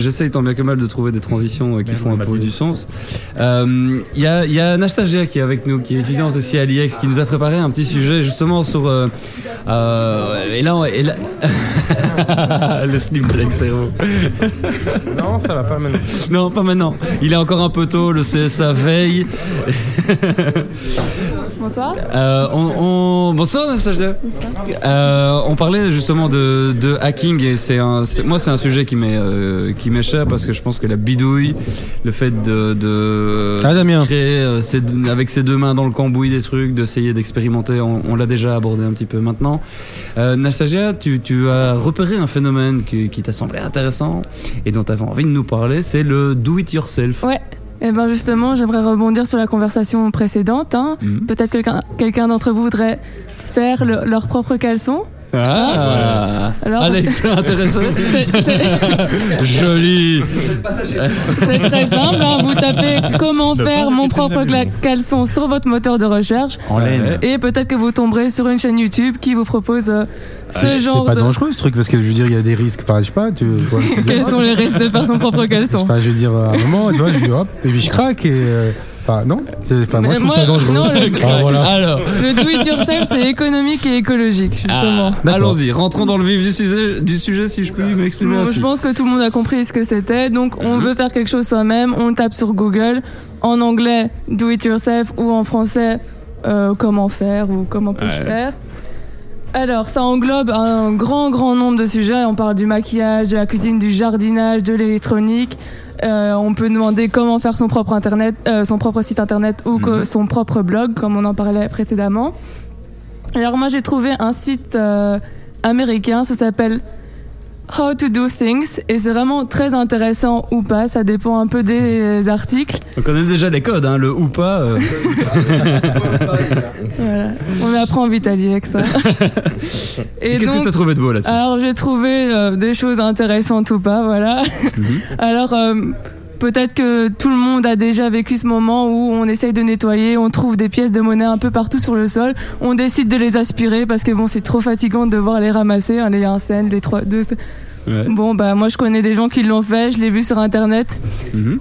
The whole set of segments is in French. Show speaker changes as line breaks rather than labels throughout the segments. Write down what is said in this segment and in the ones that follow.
J'essaye tant bien que mal de trouver des transitions euh, qui
Mais
font
non,
un
bah,
peu
bien.
du sens. Euh, Il y a, il y a Nashta Géa qui est avec nous, qui est étudiante aussi à l'IEX, qui nous a préparé un petit sujet justement sur. euh, euh, et là, on- et là- le slip de l'ex-héros.
Non, ça va pas maintenant.
Non, pas maintenant. Il est encore un peu tôt, le CSA veille.
Bonsoir.
Euh, on, on- Bonsoir Anastasia. Euh, on parlait justement de, de hacking et c'est un, c'est- moi c'est un sujet qui m'est euh, qui m'est cher parce que je pense que la bidouille, le fait de, de
Ah, Damien.
créer euh, ses- avec ses deux mains dans le cambouis des trucs, d'essayer d'expérimenter, on, on l'a déjà abordé un petit peu maintenant. Euh, Anastasia, tu, tu as repéré un phénomène qui, qui t'a semblé intéressant et dont tu avais envie de nous parler, c'est le do it yourself.
Ouais. Eh ben justement, j'aimerais rebondir sur la conversation précédente. hein.
Mm-hmm.
Mhm.
Peut-être que quelqu'un quelqu'un d'entre vous voudrait faire le- leur propre caleçon.
Ah,
Alors,
Alex, intéressant. Joli.
c'est très simple. hein. Vous tapez comment faire mon propre cla- caleçon sur votre moteur de recherche
En laine.
et peut-être que vous tomberez sur une chaîne YouTube qui vous propose euh, ce genre
C'est pas
de.
dangereux ce truc parce que je veux dire, il y a des risques. Enfin, je sais pas, tu vois. je veux dire,
Quels sont les risques de faire son propre caleçon
Enfin, je veux dire, à un moment, tu vois, je dis hop, et puis je craque et. euh, Enfin, non, c'est- enfin, moi je trouve
Mais moi,
ça dangereux.
non, le-
Ah, voilà.
Alors,
Le do it yourself, c'est économique et écologique justement.
D'accord.
Ah. allons-y, rentrons dans le vif du sujet, du sujet si je puis m'exprimer
Bon,
ainsi. Mhm.
je pense que tout le monde a compris ce que c'était. Donc, on veut faire quelque chose soi-même. On tape sur Google en anglais "do it yourself" ou en français euh, "comment faire" ou "comment puis-je
Ouais.
faire". Alors, ça englobe un grand, grand nombre de sujets. On parle du maquillage, de la cuisine, du jardinage, de l'électronique. Euh, on peut demander comment faire son propre internet, euh, son propre site internet ou que-
Mhm.
son propre blog, comme on en parlait précédemment. Alors moi, j'ai trouvé un site euh, américain. Ça s'appelle How to Do Things et c'est vraiment très intéressant ou pas. Ça dépend un peu des euh, articles.
On connaît déjà les codes, hein, le ou pas. euh.
Voilà. On apprend vite à l'IEX. hein.
Qu'est-ce
et
que
donc, Ah.
t'as trouvé de beau là-dessus
Alors j'ai trouvé euh, des choses intéressantes ou pas, voilà. Alors euh, peut-être que tout le monde a déjà vécu ce moment où on essaye de nettoyer, on trouve des pièces de monnaie un peu partout sur le sol, on décide de les aspirer parce que bon c'est trop fatigant de devoir les ramasser, hein, les 1 cent, les 3, 2
Ouais.
Bon bah moi je connais des gens qui l'ont fait, je l'ai vu sur internet.
Mhm.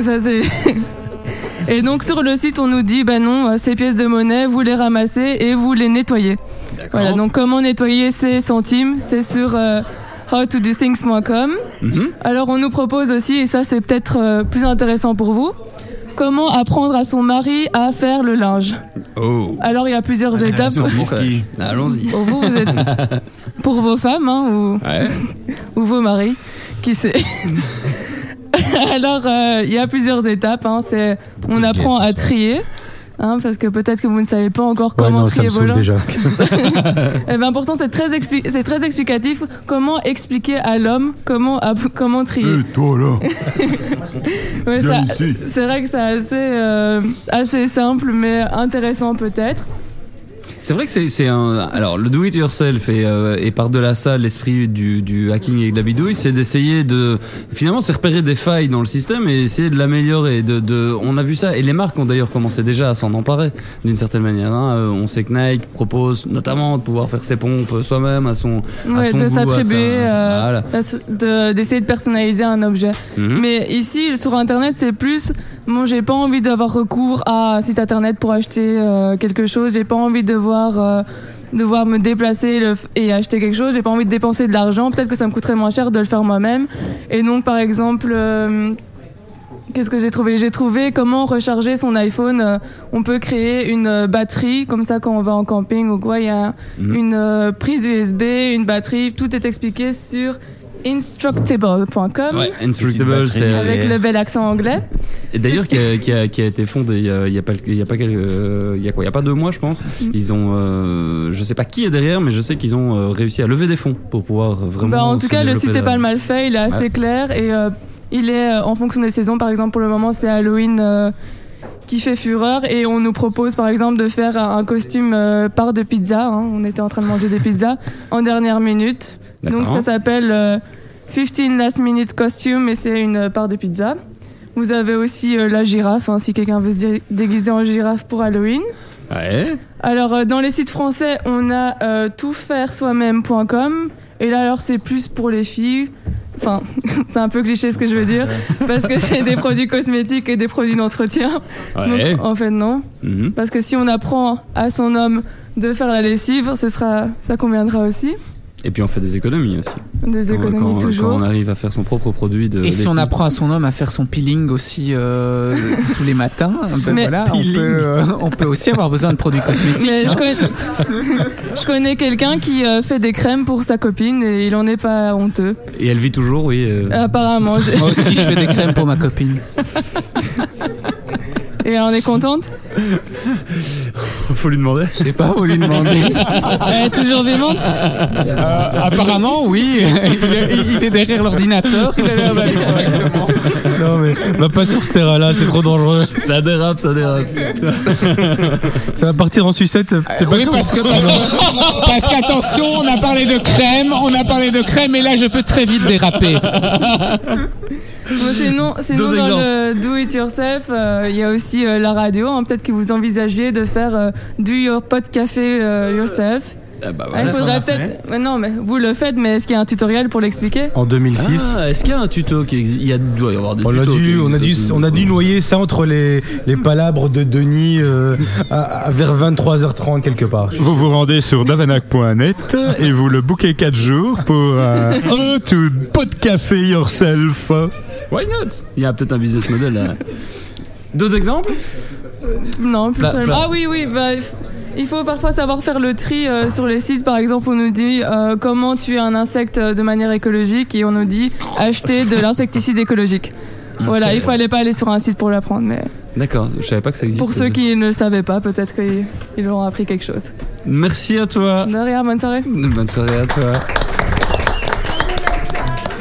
Ça c'est. Et donc sur le site on nous dit bah non euh, ces pièces de monnaie vous les ramassez et vous les nettoyez. Voilà donc comment nettoyer ces centimes c'est sur euh, howtodothings.com.
Mhm.
Alors on nous propose aussi et ça c'est peut-être euh, plus intéressant pour vous comment apprendre à son mari à faire le linge.
Oh.
Alors il y a plusieurs étapes.
Pour qui Bah, Allons-y.
Pour vous vous êtes pour vos femmes hein, ou
Ouais.
ou vos maris, qui sait. Alors, euh, il y a plusieurs étapes. hein. C'est, on apprend à trier, hein, parce que peut-être que vous ne savez pas encore
Ouais,
comment
non, ça me
trier vos
saoule
langues.
déjà.
Eh ben, pourtant, c'est très, expli- c'est très explicatif. Comment expliquer à l'homme comment, app- comment trier
Euh,
toi là,
Ouais, ça-
ici.
C'est vrai que c'est assez, euh, assez simple, mais intéressant peut-être.
C'est vrai que c'est c'est un. Alors, le do it yourself et, euh, et par-delà ça, l'esprit du, du hacking et de la bidouille, c'est d'essayer de. Finalement, c'est repérer des failles dans le système et essayer de l'améliorer. De, de... On a vu ça, et les marques ont d'ailleurs commencé déjà à s'en emparer, d'une certaine manière. hein. Euh, On sait que Nike propose notamment de pouvoir faire ses pompes soi-même à son. à
Ouais,
son
de
goût, à
s'attribuer,
sa-
euh,
Voilà.
de- d'essayer de personnaliser un objet.
Mhm.
Mais ici, sur Internet, c'est plus, bon, j'ai pas envie d'avoir recours à un site Internet pour acheter euh, quelque chose, j'ai pas envie de voir... euh, devoir me déplacer le f- et acheter quelque chose, j'ai pas envie de dépenser de l'argent, peut-être que ça me coûterait moins cher de le faire moi-même. Et donc par exemple, euh, qu'est-ce que j'ai trouvé J'ai trouvé comment recharger son iPhone. Euh, on peut créer une euh, batterie, comme ça quand on va en camping ou quoi, il y a
Mhm.
une euh, prise USB, une batterie, tout est expliqué sur instructable.com.
Ouais, Instructable, c'est.
Avec le bel accent anglais.
Et D'ailleurs, qui a, qui, a, qui a été fondé il y a, il y a pas, il y a pas quelques- euh, il y a quoi, il y a pas deux mois, je pense.
Mm.
Ils ont, euh, je sais pas qui est derrière, mais je sais qu'ils ont euh, réussi à lever des fonds pour pouvoir euh, vraiment.
Bah, en
se
tout cas, le
développer
site est
là-
pas mal fait, il est assez clair et euh, il est euh, en fonction des saisons. Par exemple, pour le moment, c'est Halloween euh, qui fait fureur et on nous propose par exemple de faire un un costume euh, part de pizza. hein. On était en train de manger des pizzas en dernière minute.
D'accord.
Donc ça s'appelle euh, 15 Last Minute Costume et c'est une euh, part de pizza. Vous avez aussi euh, la girafe, hein, si quelqu'un veut se dé- déguiser en girafe pour Halloween.
Ouais.
Alors, euh, dans les sites français, on a euh, toutfaire-soi-même.com. Et là, alors, c'est plus pour les filles. Enfin, c'est un peu cliché ce que je veux dire, parce que c'est des produits cosmétiques et des produits d'entretien.
Ouais.
Donc, en fait, non.
Mhm.
Parce que si on apprend à son homme de faire la lessive, ce sera, ça conviendra aussi.
Et puis on fait des économies aussi.
Des
Quand-
économies
quand,
toujours.
quand on arrive à faire son propre produit de.
Et si on
lessive.
apprend à son homme à faire son peeling aussi euh, tous les matins, ben
Mais-
voilà, on,
Peeling.
peut, euh, on peut aussi avoir besoin de produits cosmétiques.
Mais
hein.
je connais, je connais quelqu'un qui euh, fait des crèmes pour sa copine et il en est pas honteux.
Et elle vit toujours, oui. euh,
Ah. Apparemment, j'ai-
Moi aussi, je fais des crèmes pour ma copine.
et elle en est contente.
Faut lui demander.
Je sais pas, vous lui demandez.
Elle est toujours vivante.
apparemment, oui, il est, il est derrière l'ordinateur. Il a l'air d'aller correctement.
Non, mais va pas sur ce terrain-là, c'est trop dangereux.
Ça dérape, ça dérape.
Ça va partir en sucette. T'es pas
Oui,
con.
parce que parce que- parce qu'attention, on a parlé de crème, on a parlé de crème, et là, je peux très vite déraper.
Bon, sinon, sinon
Deux
dans
exemples.
le do it yourself, euh, il y a aussi euh, la radio. hein, Peut-être que vous envisagiez de faire euh, do your pot café euh, yourself.
Ah bah
Ah,
voilà.
il
ce qu'on
faudrait
a
peut-être. mais Non, mais vous le faites, mais est-ce qu'il y a un tutoriel pour l'expliquer
En 2006.
Ah, est-ce qu'il y a un tuto qui existe Il y a, doit y avoir des
On a,
tutos. qui
dû, on, a dû,
existent.
on a dû noyer ça entre les, les palabres de Denis euh, à- à- vers 23h30 quelque part.
Vous vous rendez sur davanac.net et vous le bookez 4 jours pour un Oh to pot café yourself.
Why not Il y a peut-être un business model là. D'autres exemples
Non, plus
Bah,
seulement.
bah.
Ah oui, oui, bah, il f- il faut parfois savoir faire le tri euh, sur les sites. Par exemple, on nous dit euh, comment tuer un insecte euh, de manière écologique et on nous dit acheter de l'insecticide écologique. Voilà, il fallait pas aller sur un site pour l'apprendre, mais
D'accord, je savais pas que ça existait.
pour ceux qui ne le savaient pas, peut-être qu'ils ils auront appris quelque chose.
Merci à toi.
De rien, bonne soirée.
Bonne soirée à toi.